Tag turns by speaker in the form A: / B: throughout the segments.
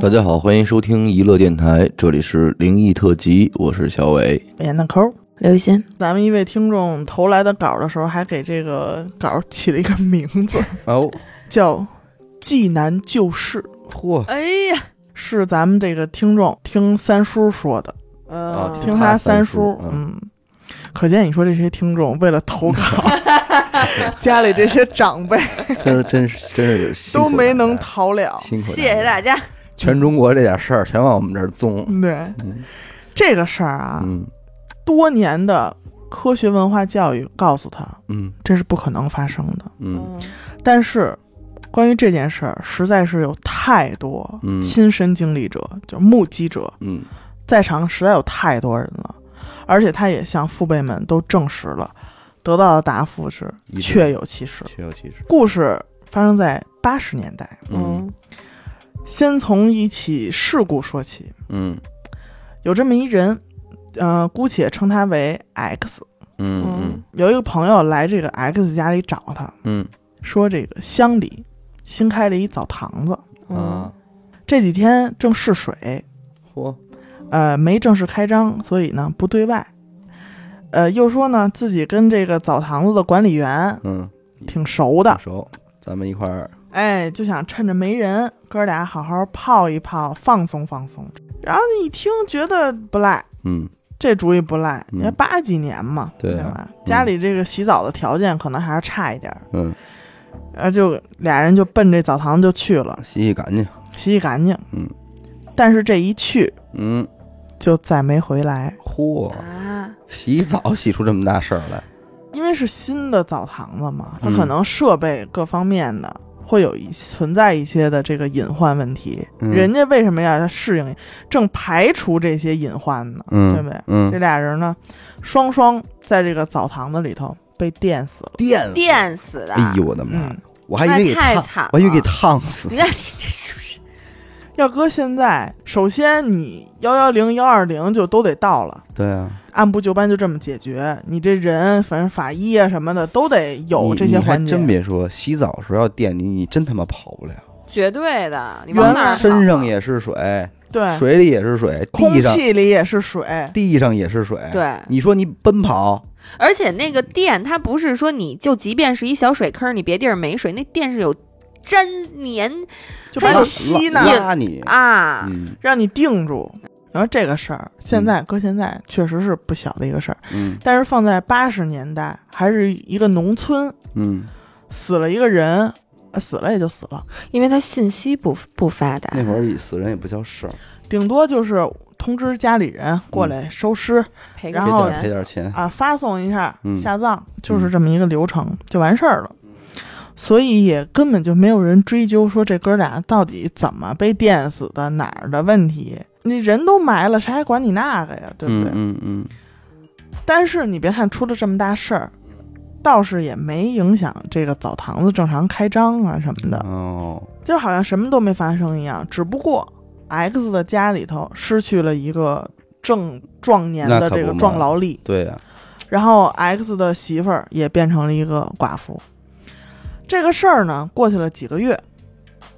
A: 大家好，欢迎收听娱乐电台，这里是灵异特辑，我是小伟。
B: 免的抠。
C: 刘雨欣，
B: 咱们一位听众投来的稿的时候，还给这个稿起了一个名字，
A: 哦，
B: 叫《济南旧事》，
A: 嚯，
C: 哎呀，
B: 是咱们这个听众听三叔说的，
C: 嗯
A: 啊
B: 听
A: 他三
B: 三
A: 叔
B: 嗯。可见你说这些听众为了投稿，家里这些长辈
A: 真真是真是有辛苦
B: 都
A: 大家
B: 没能逃了。
A: 辛苦，
C: 谢谢大。家。
A: 全中国这点事儿全往我们这儿纵，
B: 对
A: 嗯
B: 这个事儿啊，
A: 嗯
B: 多年的科学文化教育告诉他，
A: 嗯
B: 这是不可能发生的。
A: 嗯
B: 但是，关于这件事儿，实在是有太多
A: 嗯
B: 亲身经历者，就目击者，
A: 嗯
B: 在场实在有太多人了。而且，他也向父辈们都证实了，得到的答复是
A: 一致
B: 确有其事。
A: 确有其事，
B: 故事发生在八十年代，
A: 嗯
B: 先从一起事故说起。
A: 嗯
B: 有这么一人，呃，姑且称他为 X。
A: 嗯
B: 有一个朋友来这个 X 家里找他，
A: 嗯
B: 说这个乡里新开了一澡堂子，
A: 嗯啊，
B: 这几天正试水，
A: 嚯，
B: 呃，没正式开张，所以呢不对外。呃，又说呢自己跟这个澡堂子的管理员
A: 嗯，
B: 挺熟的，
A: 熟，咱们一块儿，
B: 哎，就想趁着没人，哥俩好好泡一泡，放松放松。然后一听觉得不赖，
A: 嗯
B: 这主意不赖，
A: 嗯
B: 因为八几年嘛，
A: 对啊
B: 吧？家里这个洗澡的条件可能还是差一点儿，
A: 嗯，
B: 呃，就俩人就奔这澡堂就去了，
A: 洗洗干净，
B: 洗洗干净。
A: 嗯，
B: 但是这一去
A: 嗯，
B: 就再没回来。
A: 嚯，
C: 啊，
A: 洗澡洗出这么大事儿来，
B: 因为是新的澡堂子嘛，它
A: 嗯
B: 可能设备各方面的、会有一存在一些的这个隐患问题。
A: 嗯
B: 人家为什么要适应，正排除这些隐患呢？
A: 嗯，
B: 对不对？这
A: 嗯，
B: 俩人呢，双双在这个澡堂子里头被电死了。
A: 电，
C: 电死的，
A: 嗯哎呦我的妈
B: 嗯！，
A: 我还以
C: 那
A: 为给
C: 太
A: 烫，
C: 惨了，
A: 我还以为给烫死
C: 你。看你这是不是？
B: 要搁现在，首先你幺幺零、幺二零就都得到了。
A: 对啊，
B: 按部就班就这么解决，你这人反正法医啊什么的都得有
A: 你
B: 这
A: 你
B: 些
A: 还
B: 环节。
A: 真别说，洗澡时候要电你，你真他妈跑不了。
C: 绝对的，你
B: 原
C: 往哪
B: 来
C: 儿
A: 身
C: 跑
A: 上也是水，
B: 对，
A: 水里也是水，
B: 空
A: 地上
B: 气里也是水，
A: 地上也是水。，
C: 对，
A: 你说你奔跑，
C: 而且那个电，它不是说你就即便是一小水坑，你别地儿没水，那电是有粘粘
B: 就
C: 还
B: 把你
C: 有
A: 拉
B: 吸呢
A: 拉，拉你，
C: 啊，
A: 嗯
B: 让你定住。然后这个事儿，现在搁现在确实是不小的一个事儿，
A: 嗯
B: 但是放在八十年代，还是一个农村，
A: 嗯，
B: 死了一个人，呃死了也就死了，
C: 因为它信息不不发达
A: 那会儿死人也不叫事儿，
B: 顶多就是通知家里人
A: 嗯
B: 过来收尸、
C: 赔
B: 然
A: 赔
B: 后
A: 点赔点钱，
B: 啊，发送一下
A: 嗯
B: 下葬，就是这么一个流程、就完事儿了。所以也根本就没有人追究说这哥俩到底怎么被电死的，哪儿的问题。你人都埋了，谁还管你那个呀？对不
A: 嗯
B: 对？
A: 嗯嗯
B: 但是你别看出了这么大事儿，倒是也没影响这个澡堂子正常开张啊什么的，
A: 哦，
B: 就好像什么都没发生一样。只不过 X 的家里头失去了一个正壮年
A: 那
B: 的
A: 可
B: 这
A: 不
B: 个
A: 嘛
B: 壮劳力，
A: 对啊呀，
B: 然后 X 的媳妇儿也变成了一个寡妇。这个事儿呢，过去了几个月，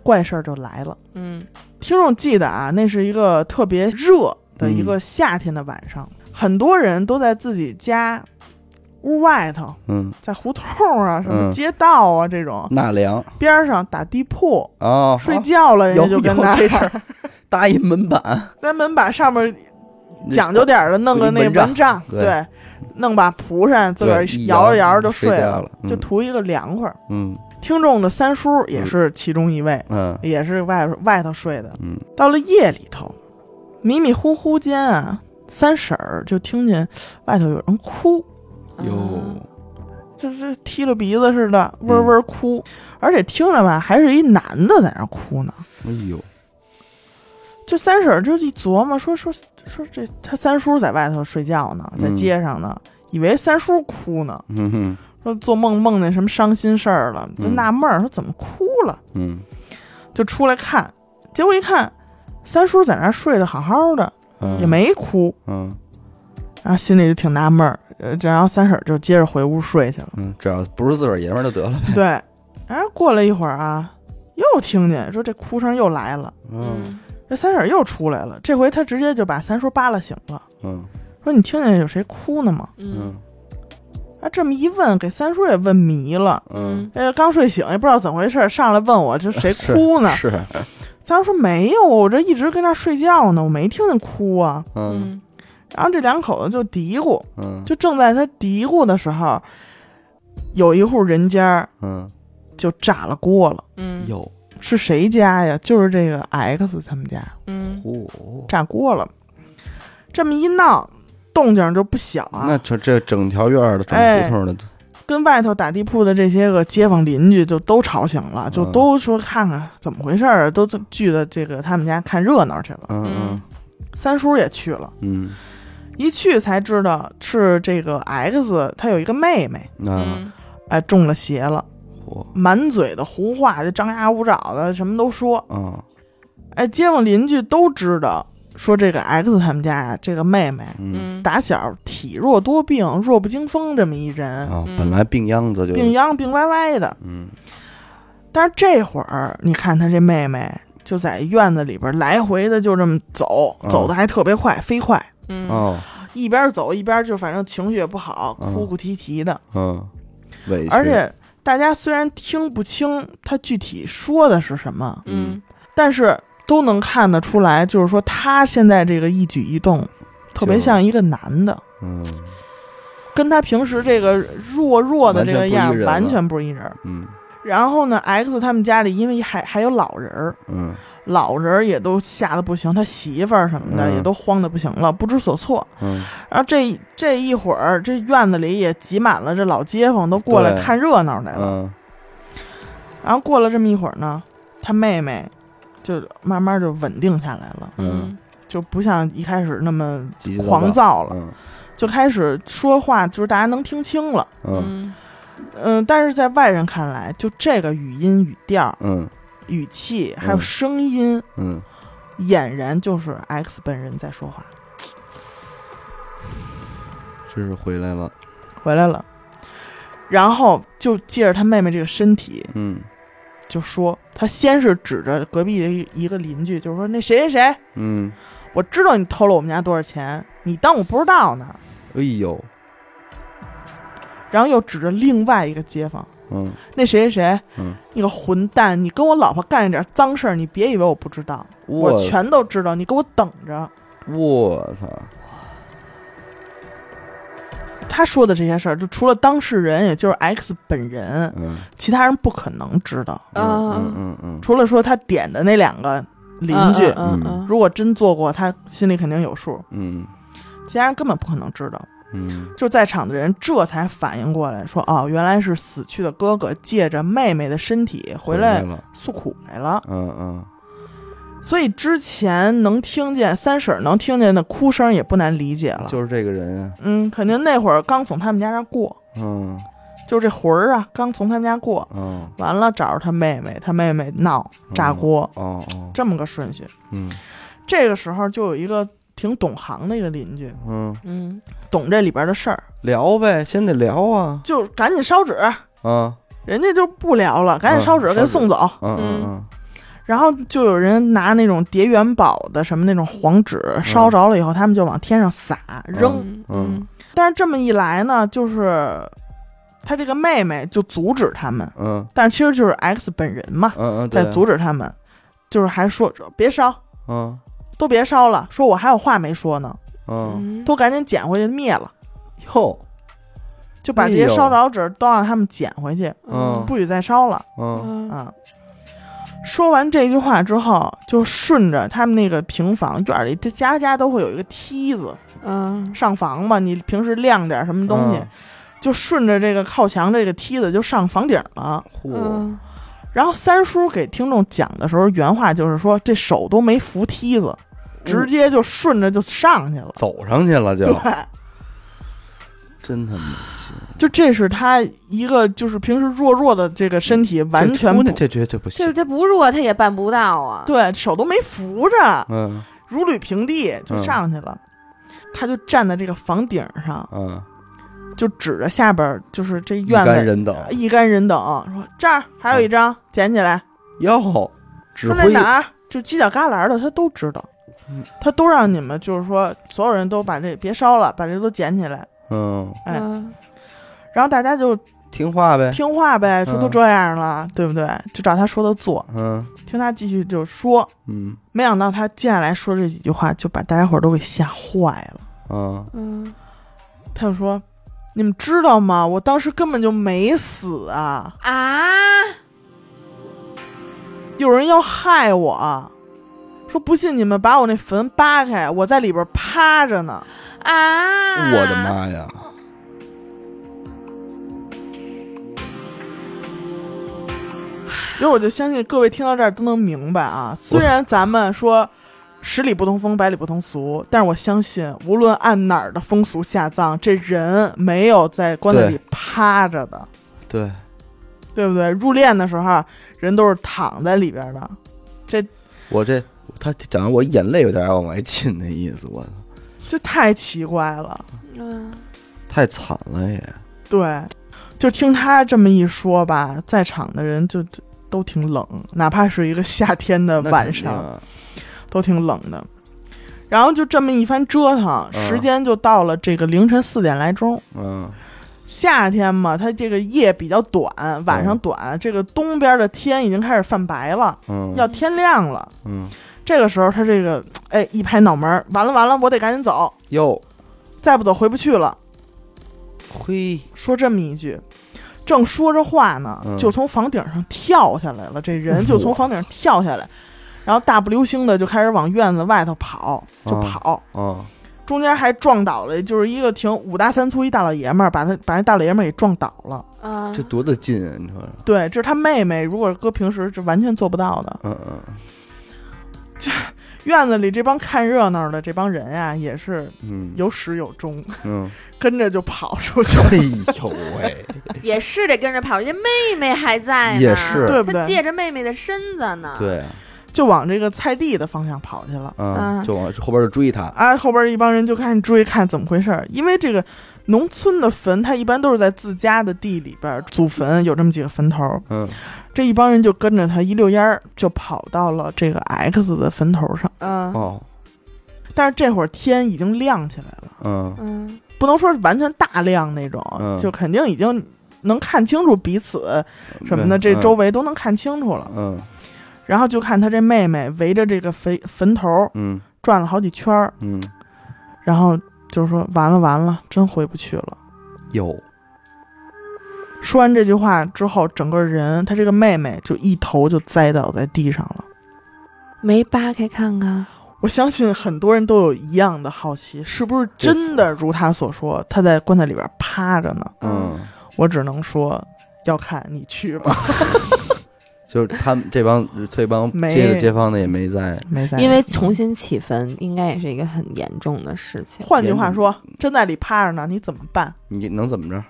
B: 怪事儿就来了。
C: 嗯，
B: 听众记得啊，那是一个特别热的一
A: 嗯
B: 个夏天的晚上，很多人都在自己家屋外头，
A: 嗯，
B: 在胡同啊、什么
A: 嗯
B: 街道啊这种
A: 纳凉
B: 边儿上打地铺，
A: 哦，
B: 睡
A: 好
B: 觉了人
A: 有
B: 家就跟
A: 有
B: 那
A: 这事儿
B: 儿，
A: 搭一门板，
B: 咱门把上面讲究点儿的弄个那
A: 蚊
B: 蚊帐，
A: 对
B: 对，弄把蒲扇自个儿
A: 对一
B: 摇着
A: 摇
B: 摇着就
A: 睡
B: 睡
A: 觉了嗯
B: 就图一个凉快儿。
A: 嗯
B: 听众的三叔也是其中一位，
A: 嗯
B: 也是外外头睡的。
A: 嗯，
B: 到了夜里头，迷迷糊糊间啊，三婶儿就听见外头有人哭，嗯
A: 哟，
B: 就是踢了鼻子似的，
A: 嗯
B: 嗡嗡哭，而且听着吧，还是一男的在那儿哭呢。
A: 哎呦，
B: 这三婶儿就一琢磨，说说说这他三叔在外头睡觉呢，在
A: 嗯
B: 街上呢，以为三叔哭呢，
A: 嗯哼
B: 说做梦梦见什么伤心事儿了，就
A: 嗯
B: 纳闷儿说怎么哭了，
A: 嗯
B: 就出来看，结果一看，三叔在那儿睡得好好的，
A: 嗯
B: 也没哭，
A: 嗯
B: 然后心里就挺纳闷儿，呃，然后三婶儿就接着回屋睡 去了。
A: 嗯，只要不是自个儿爷们儿就得了呗，
B: 对，哎，过了一会儿啊，又听见说这哭声又来了，
C: 嗯，
B: 这三婶儿又出来了，这回她直接就把三叔扒拉醒了，
A: 嗯
B: 说你听见有谁哭呢吗？
C: 嗯
B: 啊，这么一问，给三叔也问迷了。
A: 嗯，
B: 呃，刚睡醒也不知道怎么回事，上来问我这谁哭呢？
A: 啊是，
B: 三叔说没有，我这一直跟那儿睡觉呢，我没听见哭啊。
A: 嗯
C: 嗯
B: 然后这两口子就嘀咕，
A: 嗯
B: 就正在他嘀咕的时候，有一户人家儿
A: 嗯，
B: 就炸了锅了。
C: 嗯
A: 有
B: 是谁家呀？就是这个 X 他们家
C: 嗯
A: 哦，
B: 炸锅了。这么一闹，动静就不小
A: 那
B: 啊，
A: 这这整条院儿的整胡同的，
B: 跟外头打地铺的这些个街坊邻居就都吵醒了，就
A: 嗯
B: 都说看看怎么回事儿，啊都聚到这个他们家看热闹去了。
A: 嗯
B: 三叔也去了，
A: 嗯嗯，
B: 一去才知道是这个 X 他有一个妹妹，
A: 那
C: 嗯
B: 哎中了邪了，
A: 嚯，
B: 满嘴的胡话，就张牙舞爪的，什么都说。
A: 嗯
B: 哎，街坊邻居都知道，说这个 X 他们家呀，这个妹妹
A: 嗯
C: 嗯
B: 打小体弱多病、弱不禁风这么一人，
A: 啊，本来病秧子就
B: 病秧病歪歪的。
A: 嗯
B: 但是这会儿，你看她这妹妹就在院子里边来回的就这么走，
A: 啊
B: 走的还特别快，飞快，
C: 嗯
A: 哦
B: 一边走一边就反正情绪也不好，
A: 嗯
B: 哭哭啼啼的。
A: 嗯，委屈，
B: 而且大家虽然听不清她具体说的是什么，
C: 嗯
B: 但是都能看得出来，就是说她现在这个一举一动，特别
A: 就
B: 像一个男的。
A: 嗯
B: 跟他平时这个弱弱的这个样儿
A: 完
B: 完
A: 全
B: 全不是一人儿。
A: 嗯
B: 然后呢，X 他们家里因为还还有老人儿，
A: 嗯
B: 老人儿也都吓得不行，他媳妇儿什么的
A: 嗯
B: 也都慌得不行了，不知所措。
A: 嗯，
B: 然后这这一会儿，这院子里也挤满了这老街坊，都过来
A: 对
B: 看热闹来了。
A: 嗯
B: 然后过了这么一会儿呢，他妹妹就慢慢就稳定下来了，
A: 嗯，
B: 就不像一开始那么
A: 急急
B: 狂躁了，
A: 嗯
B: 就开始说话，就是大家能听清了。
A: 嗯
C: 嗯
B: 嗯，但是在外人看来，就这个语音、语调、
A: 嗯
B: 语气，还有
A: 嗯
B: 声音，
A: 嗯，
B: 俨然就是 X 本人在说话。
A: 这是回来了，
B: 回来了，然后就借着他妹妹这个身体
A: 嗯
B: 就说，他先是指着隔壁的一一个邻居，就说那谁谁谁，
A: 嗯，
B: 我知道你偷了我们家多少钱，你当我不知道呢？
A: 哎呦，
B: 然后又指着另外一个街坊，
A: 嗯
B: 那谁谁谁，
A: 嗯，
B: 你个混蛋，你跟我老婆干一点脏事儿，你别以为我不知道，我全都知道，你给我等着。
A: 我操，
B: 他说的这些事儿，就除了当事人，也就是 X 本人，
A: 嗯
B: 其他人不可能知道。
A: 嗯嗯嗯
B: 除了说他点的那两个邻居，
C: 嗯嗯
B: 如果真做过，他心里肯定有数，
A: 嗯
B: 其他人根本不可能知道。
A: 嗯
B: 就在场的人这才反应过来，说：“哦，原来是死去的哥哥借着妹妹的身体回来
A: 了，
B: 诉苦来了。
A: 嗯嗯”
B: 所以之前能听见三婶儿能听见的哭声也不难理解了。
A: 就是这个人啊，
B: 嗯，肯定那会儿刚从他们家那儿过，
A: 嗯
B: 就是这魂儿啊，刚从他们家过，
A: 嗯
B: 完了找着他妹妹，他妹妹闹炸锅，
A: 哦哦，
B: 这么个顺序。
A: 嗯
B: 这个时候就有一个挺懂行的一个邻居，
A: 嗯，
C: 嗯
B: 懂这里边的事儿，
A: 聊呗，先得聊啊，
B: 就赶紧烧纸，嗯
A: 啊
B: 人家就不聊了，赶紧烧纸
A: 嗯
B: 给送走。
A: 嗯嗯
B: 然后就有人拿那种叠元宝的什么那种黄纸，烧着了以后，他们就往天上撒扔。
C: 嗯
B: 但是这么一来呢，就是他这个妹妹就阻止他们，
A: 嗯
B: 但其实就是 X 本人嘛，
A: 嗯嗯，
B: 在阻止他们，就是还说别烧，
A: 嗯
B: 都别烧了，说我还有话没说呢，
A: 嗯
C: 嗯
B: 都赶紧捡回去灭了，
A: 哟，
B: 就把这
A: 哎
B: 些
A: 呦
B: 烧着纸都让他们捡回去，
A: 嗯
B: 不许再烧了
A: 嗯
B: 啊。说完这句话之后，就顺着他们那个平房院里，这家家都会有一个梯子
C: 嗯
B: 上房嘛，你平时晾点什么东
A: 嗯
B: 西，就顺着这个靠墙这个梯子就上房顶了。
A: 嚯，
B: 嗯然后三叔给听众讲的时候，原话就是说这手都没扶梯子，
A: 嗯
B: 直接就顺着就上去了。
A: 走上去了就，
B: 对。
A: 真他妈行，
B: 就这是他一个就是平时弱弱的这个身体，完全不
A: 这绝对不
C: 这
A: 行，
C: 这不弱他也办不到啊。
B: 对，手都没扶着，
A: 嗯
B: 如履平地就上去了。他就站在这个房顶上，
A: 嗯，
B: 就指着下边儿就是这
A: 一
B: 院
A: 干
B: 子
A: 人等，
B: 一干人等，说这儿还有一张，捡起来。
A: 哟，指
B: 说那
A: 挥嗯
B: 哪儿？就犄角旮旯的他都知道，他都让你们就是说所有人都把这别烧了，把这都捡起来，
A: 嗯，
B: 哎，
C: 嗯
B: 然后大家就
A: 听话呗，
B: 听话呗，说都
A: 哎嗯
B: 这样了，对不对？就照他说的做，
A: 嗯
B: 听他继续就说。
A: 嗯
B: 没想到他接下来说这几句话，就把大家伙儿都给吓坏了。
A: 啊，
C: 嗯，
B: 他就说：“你们知道吗？我当时根本就没死啊，
C: 啊，
B: 有人要害我。啊说不信你们把我那坟扒开，我在里边趴着呢。
C: 啊！
A: 我的！妈呀！
B: 所以我就相信各位听到这儿都能明白啊。虽然咱们说十里不同风，百里不同俗，但是我相信，无论按哪儿的风俗下葬，这人没有在棺材里趴着的，
A: 对，
B: 对不对？入殓的时候，啊人都是躺在里边的。
A: 我这他讲的我眼泪有点往外沁那意思，我操
B: 这太奇怪了。
C: 嗯
A: 太惨了也。
B: 对，就听他这么一说吧，在场的人就就都挺冷，哪怕是一个夏天的
A: 那
B: 晚
A: 肯定
B: 上，
A: 啊
B: 都挺冷的。然后就这么一番折腾，
A: 嗯
B: 时间就到了这个凌晨四点来钟。
A: 嗯，
B: 夏天嘛，它这个夜比较短，晚上
A: 嗯
B: 短，这个东边的天已经开始泛白了，
A: 嗯，
B: 要天亮了。
A: 嗯
B: 这个时候，他这个哎一拍脑门儿，完了完了，我得赶紧走，
A: 哟，
B: 再不走回不去了。
A: 嘿，
B: 说这么一句，正说着话呢，
A: 嗯
B: 就从房顶上跳下来了。这人就从房顶上跳下来，然后大步流星的就开始往院子外头跑，就
A: 啊
B: 跑。
A: 啊，
B: 中间还撞倒了，就是一个挺五大三粗一大老爷们儿，把他把那大老爷们儿给撞倒了。
C: 啊，
A: 这多大劲啊！你说，
B: 对，这是他妹妹，如果搁平时是完全做不到的。
A: 嗯嗯
B: 院子里这帮看热闹的这帮人啊，也是
A: 嗯，
B: 有始有终，
A: 嗯，
B: 跟着就跑出去了。
A: 哎呦喂，
C: 也是得跟着跑，人家妹妹还在呢，
A: 也是
B: 对不对
C: 他借着妹妹的身子呢。，
A: 对啊
B: 就往这个菜地的方向跑去了。
A: 啊，
C: 啊
A: 就往后边就追他，
B: 啊，后边一帮人就开始追看怎么回事儿，因为这个农村的坟，它一般都是在自家的地里边儿祖坟，有这么几个坟头儿。
A: 嗯
B: 这一帮人就跟着他一溜烟儿就跑到了这个 X 的坟头上，
C: 嗯
A: 哦
B: 但是这会儿天已经亮起来了，
A: 嗯
C: 嗯
B: 不能说是完全大亮那种，
A: 嗯
B: 就肯定已经能看清楚彼此什么的，
A: 嗯
B: 这
A: 嗯
B: 周围都能看清楚了。
A: 嗯
B: 然后就看他这妹妹围着这个坟坟头儿
A: 嗯
B: 转了好几圈儿，
A: 嗯，
B: 然后就说完了完了，真回不去了。
A: 有
B: 说完这句话之后，整个人他这个妹妹就一头就栽倒在地上了。
C: 没扒开看看，
B: 我相信很多人都有一样的好奇，是不是真的如他所说，他在棺材里边趴着呢？
A: 嗯，
B: 我只能说，要看你去吧，
A: 就是他们这帮这帮
B: 没
A: 街街坊的也没在，
B: 没在。
C: 因为重新起坟应该也是一个很严重的事情。
B: 换句话说，真在里趴着呢，你怎么办？
A: 你能怎么着？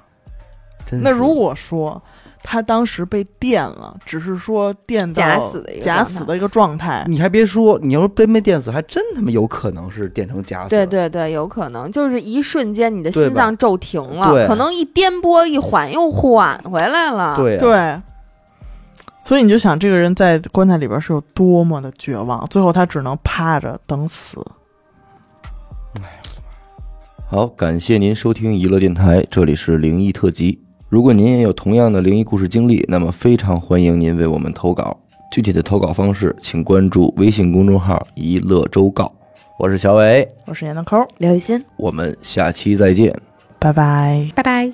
A: 真
B: 那
A: 是
B: 如果说他当时被电了，只是说电到
C: 假死的一个
B: 假死的一个状态，
A: 你还别说，你要是真被电死，还真他妈有可能是电成假死。
C: 对对对，有可能就是一瞬间你的
A: 对吧
C: 心脏骤停
A: 对
C: 了，可能一颠簸一缓又缓回来了。，
A: 对啊
B: 对，所以你就想这个人在棺材里边是有多么的绝望，最后他只能趴着等死。
A: 好，感谢您收听娱乐电台，这里是灵异特辑。如果您也有同样的灵异故事经历，那么非常欢迎您为我们投稿。具体的投稿方式，请关注微信公众号“一乐周告”。我是小伟，
B: 我是闫德抠，
C: 刘雨欣，
A: 我们下期再见。
B: 拜拜。
C: 拜拜。